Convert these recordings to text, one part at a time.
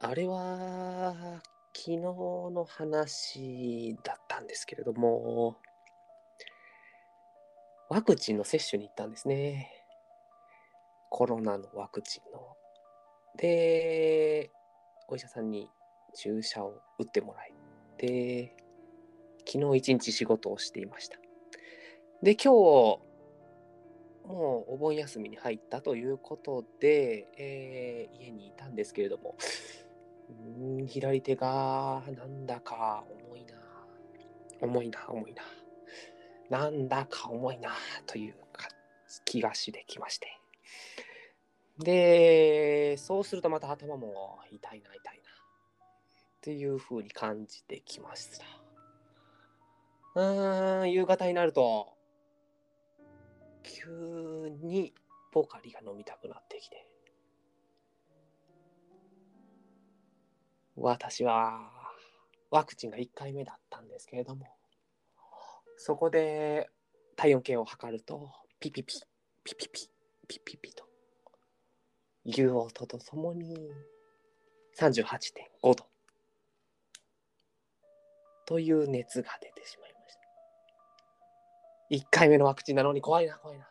あれは昨日の話だったんですけれどもワクチンの接種に行ったんですねコロナのワクチンのでお医者さんに注射を打ってもらいで昨日一日仕事をしていましたで今日もうお盆休みに入ったということで、えー家にいたんですけれどもうーん左手がなんだか重いな重いな重いななんだか重いなというか気がしてきましてでそうするとまた頭も痛いな痛いなっていう風に感じてきましたうーん夕方になると急にポカリが飲みたくなってきて私はワクチンが1回目だったんですけれどもそこで体温計を測るとピピピピピピピピピという音とともに38.5度という熱が出てしまいました。1回目のワクチンなのに怖いな怖いな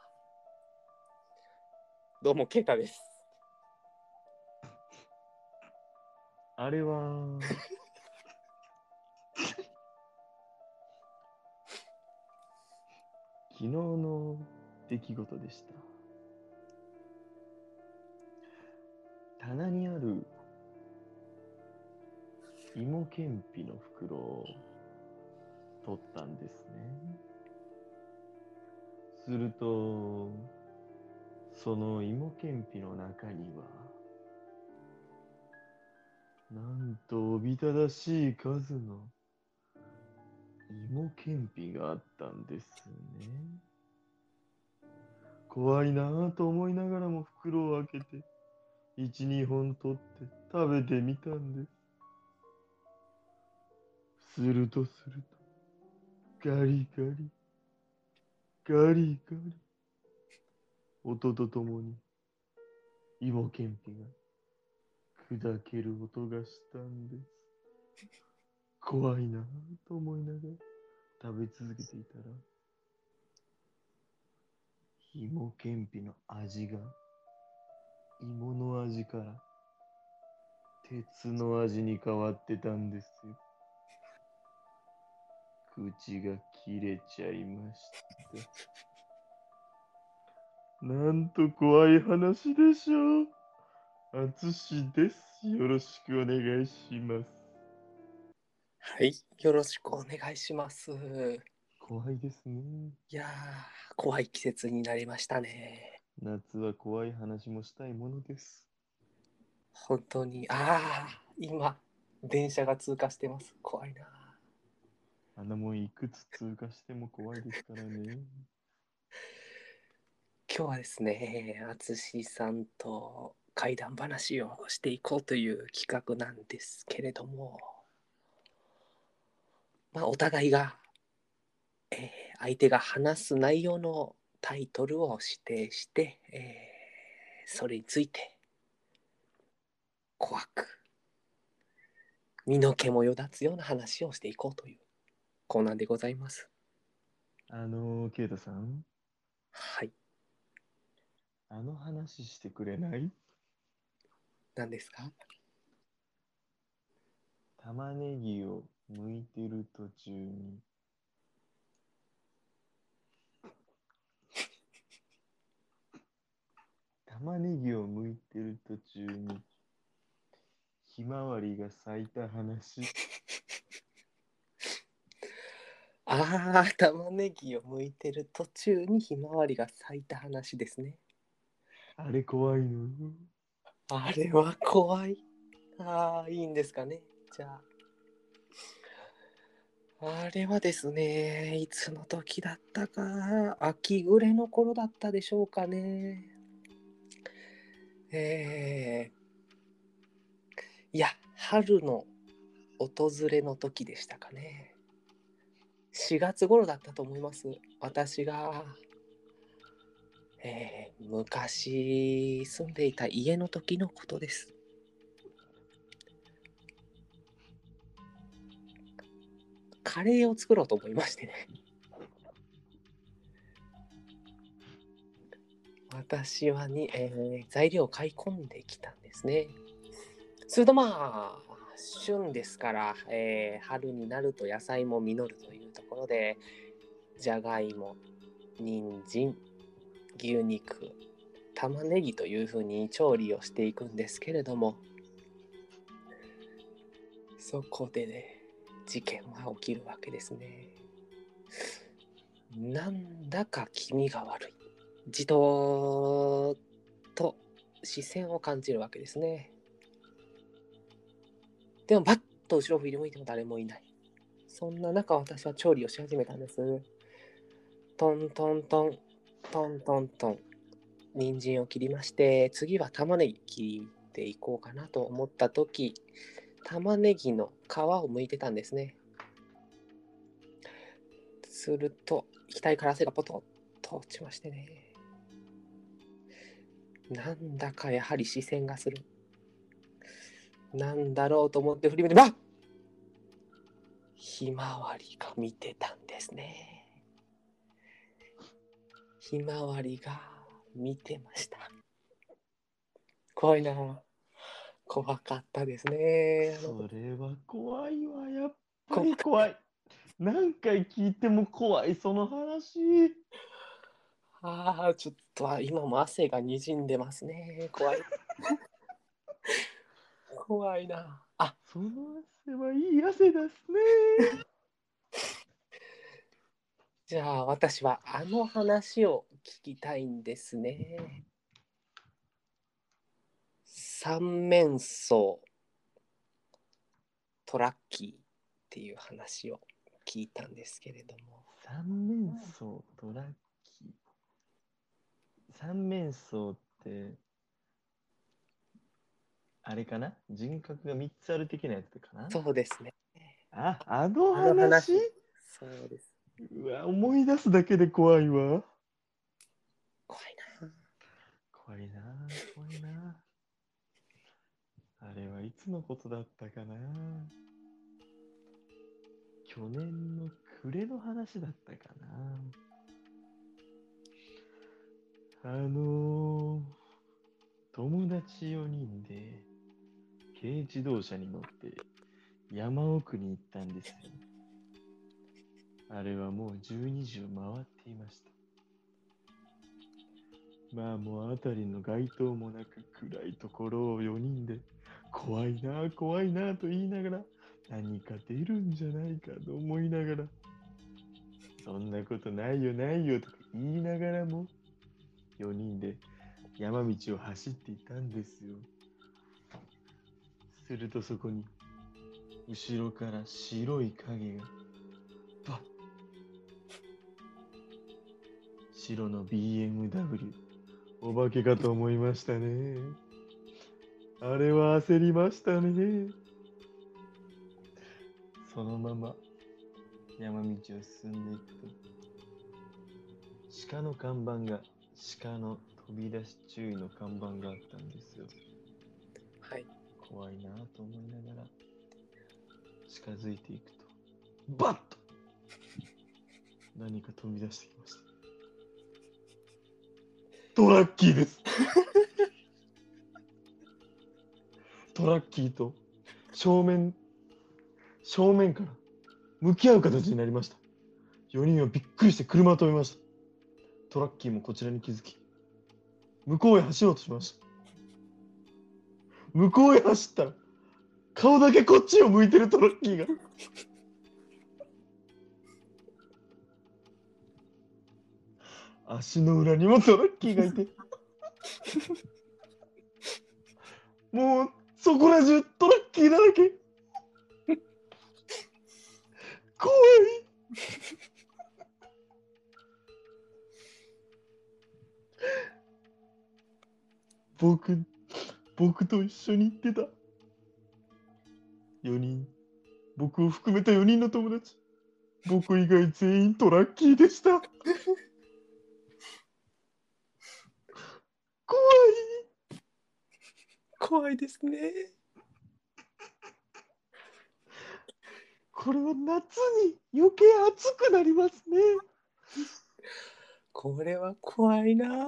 どうもケイタですあれは。昨日の出来事でした。棚にある芋けんぴの袋を取ったんですね。すると、その芋けんぴの中には、なんとおびただしい数の芋けんぴがあったんですね。怖いなぁと思いながらも袋を開けて、一、二本取って食べてみたんです。するとすると、ガリガリ、ガリガリ、音とともに芋けんぴが砕ける音がしたんです。怖いなぁと思いながら食べ続けていたら、芋けんぴの味が、芋の味から、鉄の味に変わってたんですよ。口が切れちゃいました。なんと怖い話でしょう。あつしです。よろしくお願いします。はいよろしくお願いします怖いですね。いやー怖い季節になりましたね夏は怖い話もしたいものです。本当にああ今電車が通過してます怖いなあんなもんいくつ通過しても怖いですからね。今日はですね淳さんと怪談話をしていこうという企画なんですけれどもまあお互いが、えー相手が話す内容のタイトルを指定して、えーそれについて怖く身の毛もよだつような話をしていこうというコーナーでございます。あのー、ケイタさん、はいあの話してくれない何ですか玉ねぎを剥いてる途中に。玉ねぎを剥いてる途中に、ひまわりが咲いた話。ああ、玉ねぎを剥いてる途中にひまわりが咲いた話ですね。あれ怖いのあれは怖い。ああ、いいんですかね。じゃあ。あれはですね、いつの時だったか、秋暮れの頃だったでしょうかね。えー、いや、春の訪れの時でしたかね。4月頃だったと思います。私が、えー昔住んでいた家の時のことです。カレーを作ろうと思いましてね。私はに、えー材料を買い込んできたんですね。するとまあ、旬ですから、えー春になると野菜も実るというところで、じゃがいも、人参、牛肉、玉ねぎというふうに調理をしていくんですけれども、そこでね、事件は起きるわけですね。なんだか気味が悪い。じとーっと視線を感じるわけですね。でもバッと後ろを振り向いても誰もいない。そんな中私は調理をし始めたんです。トントントン、トントントン。人参を切りまして、次は玉ねぎ切っていこうかなと思った時、玉ねぎの皮を剥いてたんですね。すると、額から汗がポトッと落ちましてね。なんだかやはり視線がする。なんだろうと思って振り向いて、ばっひまわりが見てたんですね。ひまわりが見てました。怖いなぁ。怖かったですね。あのそれは怖いわ、やっぱり怖い。何回聞いても怖い、その話。ああ、ちょっとあ今も汗がにじんでますね。怖い。 怖いな。あその汗はいい汗だっすね。じゃあ私はあの話を聞きたいんですね。三面相トラッキーっていう話を聞いたんですけれども。三面相とラッキー。三面相って、あれかな人格が3つある的なやつかなそうですね。あ、あのあの話話そうです。うわ、思い出すだけで怖いわ。怖いな。怖いなあ、怖いなあ。あれはいつのことだったかな去年の暮れの話だったかなあのー、友達4人で軽自動車に乗って山奥に行ったんですよ。あれはもう12時を回っていました。まあもう辺りの街灯もなく暗いところを4人で怖いなあ怖いなあと言いながら何か出るんじゃないかと思いながらそんなことないよないよとか言いながらも4人で山道を走っていたんですよするとそこに後ろから白い影がバッ白の BMW お化けかと思いましたねあれは焦りましたねそのまま山道を進んでいくと鹿の看板が鹿の飛び出し注意の看板があったんですよはい。怖いなぁと思いながら近づいていくとバッと何か飛び出してきましたトラッキーですトラッキーと正面正面から向き合う形になりました4人はびっくりして車を止めましたトラッキーもこちらに気づき向こうへ走ろうとしました向こうへ走ったら顔だけこっちを向いてるトラッキーが足の裏にもトラッキーがいてもうそこら中トラッキーだらけ怖い僕僕と一緒に行ってた4人僕を含めた4人の友達僕以外全員トラッキーでした 怖い怖いですね。これは夏に余計暑くなりますねこれは怖いなあ。やだなあ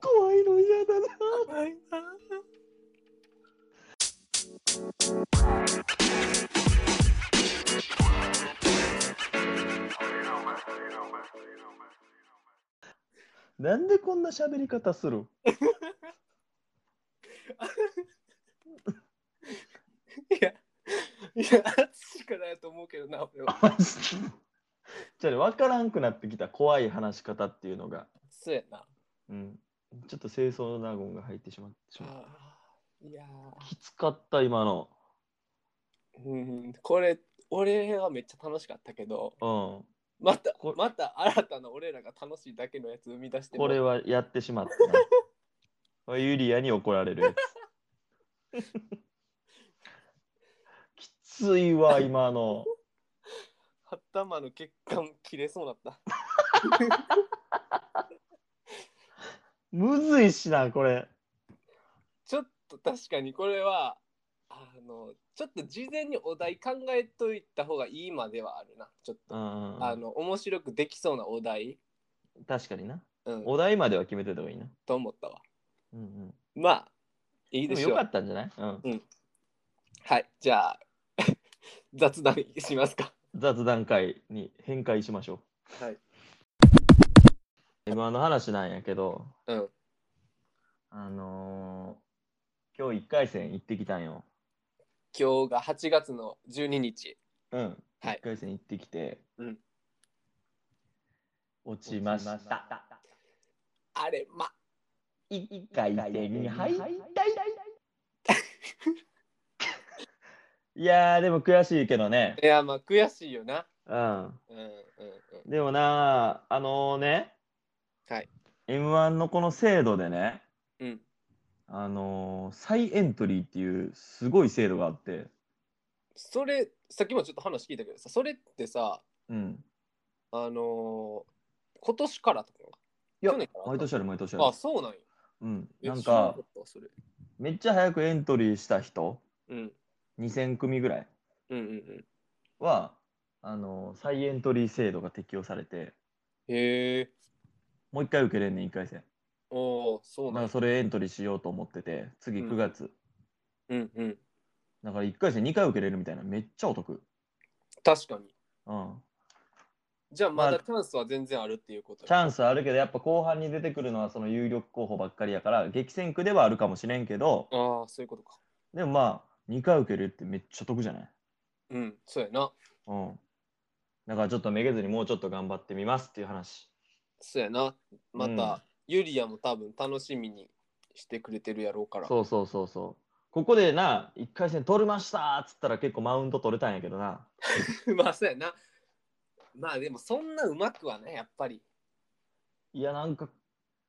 怖いの嫌だなあ怖いなあ。なんでこんな喋り方する いや、いや、暑いからやと思うけどな、俺は。じゃあ分からんくなってきた怖い話し方っていうのが、そうやな。うん、ちょっと清掃ナゴンが入ってしまってしまうあーいやきつかった今のー、うん、これ、俺はめっちゃ楽しかったけど、うんまたこ、また新たな俺らが楽しいだけのやつ生み出してもこれはやってしま ったなこれユリアに怒られる やつきついわ今の頭の血管切れそうだった。むずいしなこれちょっと確かにこれは、あの、ちょっと事前にお題考えといた方がいいまではあるな。ちょっと、うんうんあうんの、面白くできそうなお題、確かになうん、お題までは決めてた方がいいな、と思ったわ。うんうん、まあ、いいででもしょようか。ったんじゃない、うん、はい、じゃあ 雑談しますか。雑談会に変換しましょはい。う今の話なんやけどうん。あのー今日1回戦行ってきたんよ。今日が8月の12日。うん。はい1回戦行ってきて。うん落ちました。あれ、ま、 1回戦に敗退。いやー、でも悔しいけどねい。や、まあ、悔しいよな。うん。うんうんうん。でもなー、あのね、はい。 M1 のこの制度でね、うん。あのー再エントリーっていうすごい制度があって、それ、さっきもちょっと話聞いたけどさ、それってさ、うん。あのー今年からとか。いや去年から、毎年ある、毎年ある。あ、そうなんよ。うん。えなん知らかっ、たわそれ。めっちゃ早くエントリーした人、うん。 2000組ぐらいうんうんうん。は、あの、再エントリー制度が適用されて、へえ。もう一回受けれんねん、1回戦。おお、そうななんんかやそれエントリーしようと思ってて、次うん9月。うんうん。だから1回戦2回受けれるみたいな、めっちゃお得。確かに。うん。じゃあ、ままだあチャンスは全然あるっていうことやチャンスあるけど、やっぱ後半に出てくるのはその有力候補ばっかりやから、激戦区ではあるかもしれんけど、ああ、そういうことか。でもまあ、2回受けれるってめっちゃ得じゃないうん、そうやな。うん。だからちょっとめげずにもうちょっと頑張ってみますっていう話。そうやな。また、うんユリアも多分楽しみにしてくれてるやろうから。そうそうそうそう。ここでな、1回戦取れましたっつったら結構マウント取れたんやけどな。 まあ、そうやな。まあ、でもそんなうまくはね、やっぱり。いや、なんか、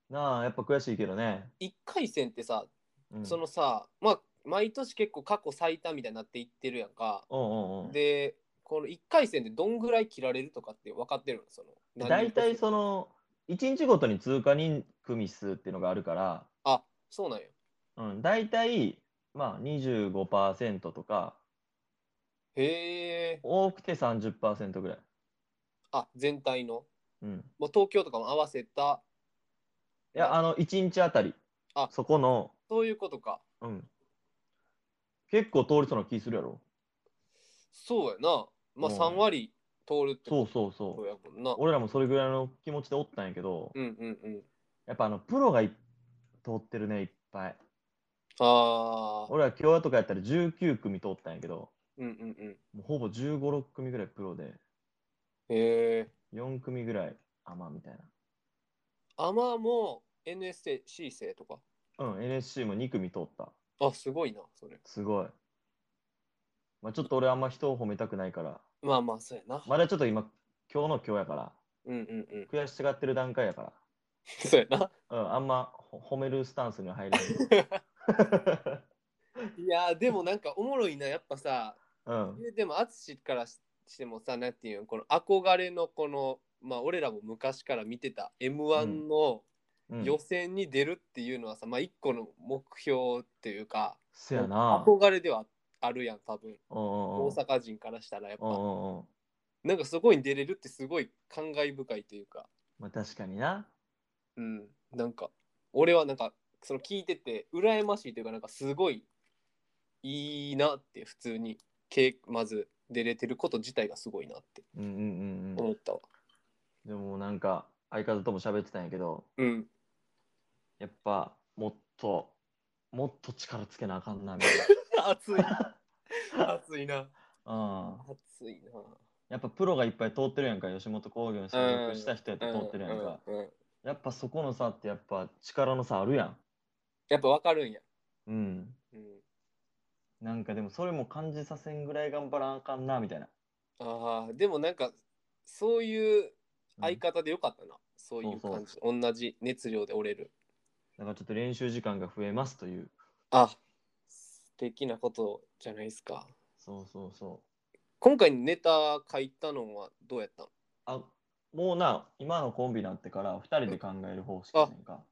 なあ、やっぱ悔しいけどね。 1回戦ってさ、うん、そのさ、まあ、毎年結構過去最多みたいになっていってるやんか。うんうんうん。で、この1回戦でどんぐらい切られるとかって分かってるのその。大体の。その、1日ごとに通過人組数っていうのがあるから、あ、そうなんや。うん、大体、まあ25%とか、へえ。多くて30%ぐらい。あ、全体の。うん。もう東京とかも合わせた。いや、あの、1日あたり、あそこの、そういうことか。うん。結構通りそうな気するやろ。そうやな。まあ、うん3割通るってそううそうそう。やもんな。俺らもそれぐらいの気持ちでおったんやけど、うんうんうん。やっぱあのプロがい通ってるねいっぱいああ。俺ら今日とかやったら19組通ったんやけどうんうんうん。もうほぼ1 5 6組ぐらいプロでへえ。 4組ぐらいアマみたいアマも NSC 生とか。なうん NSC も2組通ったあ、すごいな、それ。すごいまあ、ちょっと俺あんま人を褒めたくないから、まあまあ、そうやな。まだちょっと今、今日の今日やから、うんうんうん。 悔しがってる段階やかそうやな。ら、うん、あんまほ褒めるスタンスには入れない。いやー、でもなんかおもろいな。やっぱさ、うん、でも淳からししてもさ、なんていうの、この憧れのこの、まあ俺らも昔から見てた M1 のうん。予選に出るっていうのはさ、まあ一個の目標っていうか、せやな。憧れではあるやん、多分。大大阪人からしたらやっうんうぱ、んうん。なんかそこに出れるってすごい感慨深いというか、まあ確かにな。うん、なんか俺はなんかその聞いてて羨ましいというかなんかすごいいいなって普通にけまず出れてること自体がすごいなってうんうんうんうん。思ったわ。でもなんか、相方とも喋ってたんやけど、うん、やっぱ、もっと、もっと力つけなあかんな、みたい熱い熱いな な。うん。熱いな。やっぱプロがいっぱい通ってるやんか、吉本興業に所属した人やって通ってるやんか。うんうんうんやっぱそこの差ってやっぱ力の差あるやん。やっぱ分かるんや。うん。うん、なんかでもそれも感じさせんぐらい頑張らんあかんな、みたいな。あーでもなんかそういううん相方でよかったな、そういう感じ同じ熱量で折れる。だからちょっと練習時間が増えますという。あ素敵なことじゃないですか。そうそうそう。今回ネタ書いたのはどうやったのあもうな、今のコンビになってから2人で考える方式やねんか。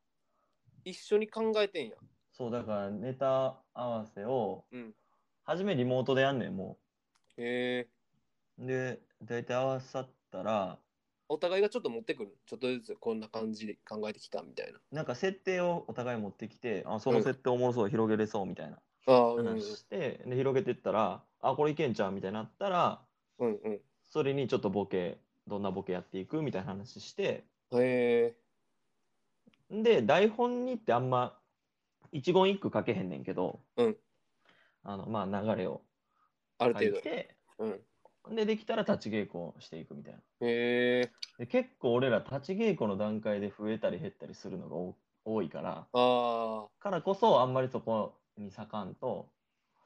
一緒に考えてんや。そうだからネタ合わせを、うん。初めリモートでやんねん、もへえ。う。で、大体合わさったら、お互いがちょっと持ってくる。ちょっとずつこんな感じで考えてきたみたいな。なんか設定をお互い持ってきて、あその設定おもろそう、広げれそうみたいなああ、うんうん。話して、で、広げてったら、あ、これいけんちゃうみたいになったら、うんうんそれにちょっとボケ、どんなボケやっていくみたいな話して、へえ。で、台本にってあんま一言一句書けへんねんけど、うんあの、まあ流れをある書い程て、度。うん。で、できたら立ち稽古をしていくみたいな。へえ。で結構俺ら立ち稽古の段階で増えたり減ったりするのが多多いから、ああ。からこそあんまりそこに割かんと、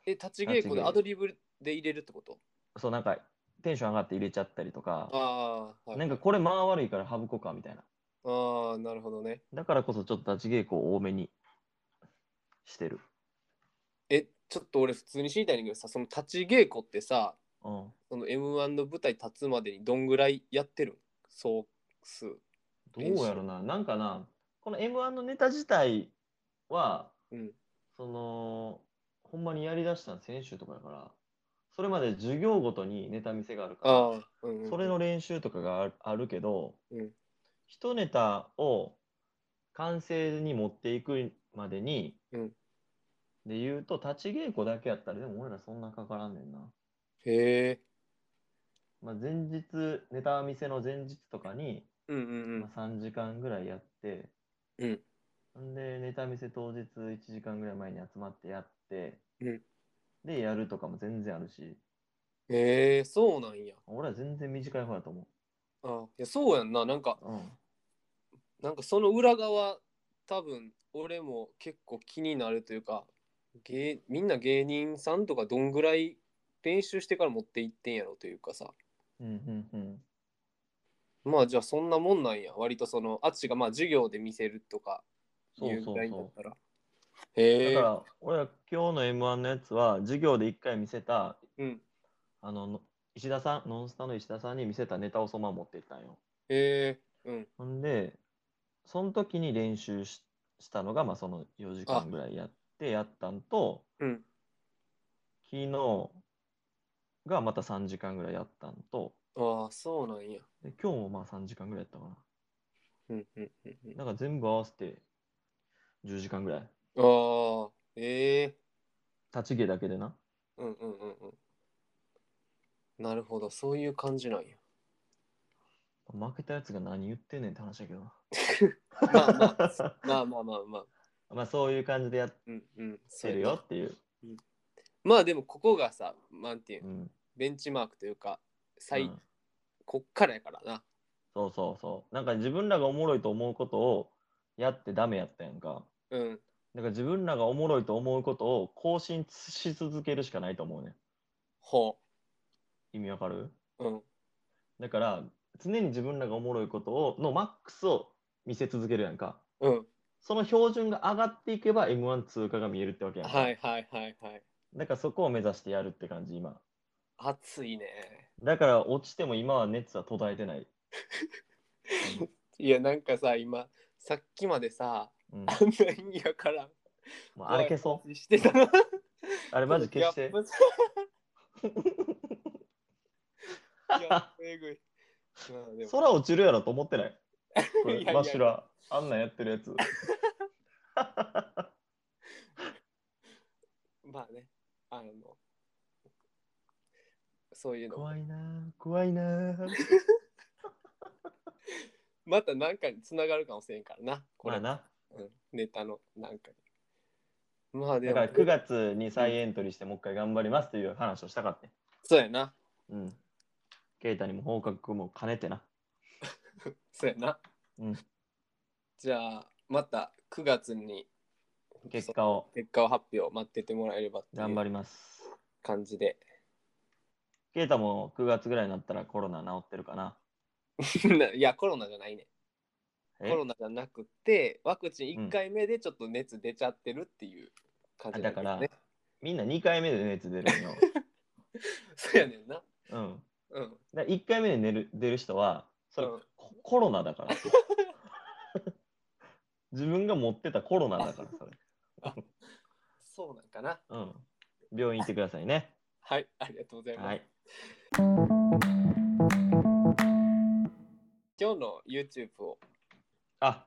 え、立ち稽古でアドリブで入れるってことそうなんかテンション上がって入れちゃったりとか、ああ、はい。なんかこれ間悪いから省こうかみたいな。ああ、なるほどね。だからこそちょっと立ち稽古を多めにしてる。え、ちょっと俺普通に知りたいんだけどさ、その立ち稽古ってさ、うん。その M1 の舞台立つまでにどんぐらいやってるん総数。どうやろな、なんかな、この M1 のネタ自体は、うん。その、ほんまにやりだしたの先週とかだから、それまで授業ごとにネタ見せがあるから、ああ、うんうんうんそれの練習とかがあるあるけど、うん一ネタを完成に持っていくまでに、うんで言うと立ち稽古だけやったらでも俺らそんなかからんねんな、へえ。まあ、前日ネタ見せの前日とかに、うんうんうまん。あ、3時間ぐらいやって、うんんでネタ見せ当日1時間ぐらい前に集まってやって、うんでやるとかも全然あるしへえ、そうなんや。俺ら全然短い方だと思あいや、そうやんな。なんか、う、うん、なんかその裏側、多分、俺も結構気になるというか、芸みんな芸人さんとかどんぐらい練習してから持っていってんやろというかさ。うんうんうんまあじゃあそんなもんなんや。割とその、あっちがまあ授業で見せるとかいそううそぐらういだそうったら。へだえ。から、俺は今日の M1 のやつは、授業で一回見せた、うん。あの、の石田さん、ノンスタの石田さんに見せたネタをそのまま持っていったんよ。へえ。うん。ほんで、その時に練習ししたのが、まあ、その4時間ぐらいやって、やったんと、うん。昨日がまた3時間ぐらいやったんと、ああ、そうなんや。で今日もまあ3時間ぐらいやったかな。うんうんうんうん。だから全部合わせて10時間ぐらい。ああ、ええ立ち芸だけでな。うんうんうんうん。なるほど、そういう感じなんや。負けたやつが何言ってんねんって話だけどな。まあ まあ、まあまあまあまあ。まあそういう感じでやっうんうん。てるよっていう。まあでも、ここがさ、なんていううの、ん。ベンチマークというか、最、うんこっからやからな。そうそうそう。なんか自分らがおもろいと思うことをやってダメやったやんか。うん。だから自分らがおもろいと思うことを更新し続けるしかないと思うね。ほ意味わかるう。うん。だから常に自分らがおもろいことをのマックスを見せ続けるやんかうん。その標準が上がっていけば m 1通過が見えるってわけやんか、はいはいはいはい。だからそこを目指してやるって感じ今暑いね。だから落ちても今は熱は途絶えてない、いや、なんかさ、今、さっきまでさ、 うん、あんな意味わからん。もうあれ消そうう。してたな。あれマジ消してギャップギャップえぐい。まあでも空落ちるやろと思ってないこ いやいやれいやマシュラあんなんやってるやつ まあね、あの、そういうの。怖いなぁ怖いなぁまた何かにつながるかもしれんからな、ここれれ、なうん、ネタのなんかに。まあでだもから、9月に再エントリーしてもう一回頑張りますという話をしたかったそうやな、 うん。ケイタにも報告も兼ねてな。そうやな。うんじゃあ、また9月に結果を結果を発表待っててもらえればってい頑張うります。感じで。 ケイタも9月ぐらいになったらコロナ治ってるかな。いや、コロナじゃないね。コえロナじゃなくて、ワクチンうん1回目でちょっと熱出ちゃってるっていう感じなんですねあだかみんな2回目で熱出るの。そうやねんな。うん。うん。だ1回目で寝る出る人は、それ、うんココロナだから。 自分が持ってたコロナだから、それ。そうなんかな。うん。病院行ってくださいね。はい、ありがとうございます。はい。今日の YouTube を。あ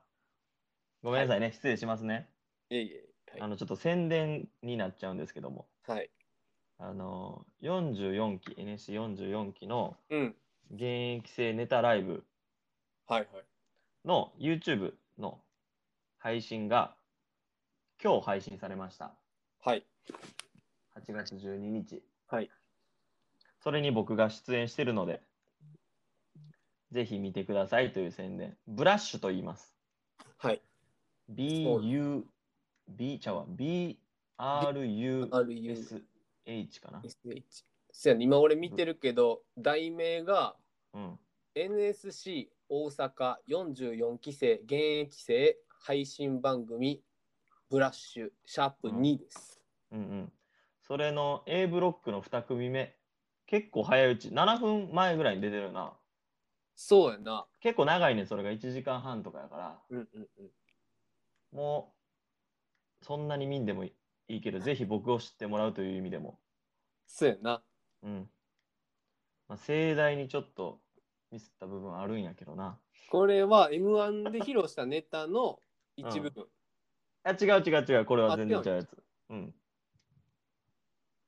ごめんなさいね、失礼しますね。いえいえ。はいあの、ちょっと宣伝になっちゃうんですけども。はい。あの44期 NSC44 期のうん。現役生ネタライブはいはい。の YouTube の配信が今日配信されましたはい。 8月12日はいそれに僕が出演してるのでぜひ見てくださいという宣伝ブラッシュと言いますはい。 BUB ちゃうわ BRUSH RUSH。かな、そうやね、今俺見てるけど、題名がうん、 NSC 大阪44期生現役生配信番組ブラッシュシャープ2です。うんうん。それの A ブロックの2組目、結構早いうち、7分前ぐらいに出てるよな。そうやな。結構長いね、それが1時間半とかやから、うんうんうん。もう、そんなに見んでもいいけど、ぜひ僕を知ってもらうという意味でも、そうやな。うん。まあ、盛大にちょっとミスった部分あるんやけどな。これは M1 で披露したネタの一部分、あ、違う違う違う、これは全然違うやつ。うん。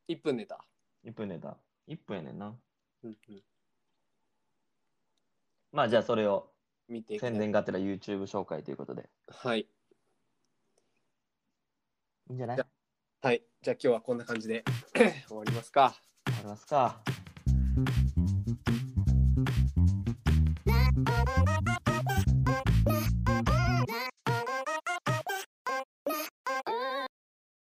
1分ネタ。 1分ネタ。1分やねんな。うんうん、まあ、じゃあそれを見ていく宣伝がてら YouTube 紹介ということで。はい。いいんじゃないじゃ はい。じゃあ今日はこんな感じで終わりますか。ありますか。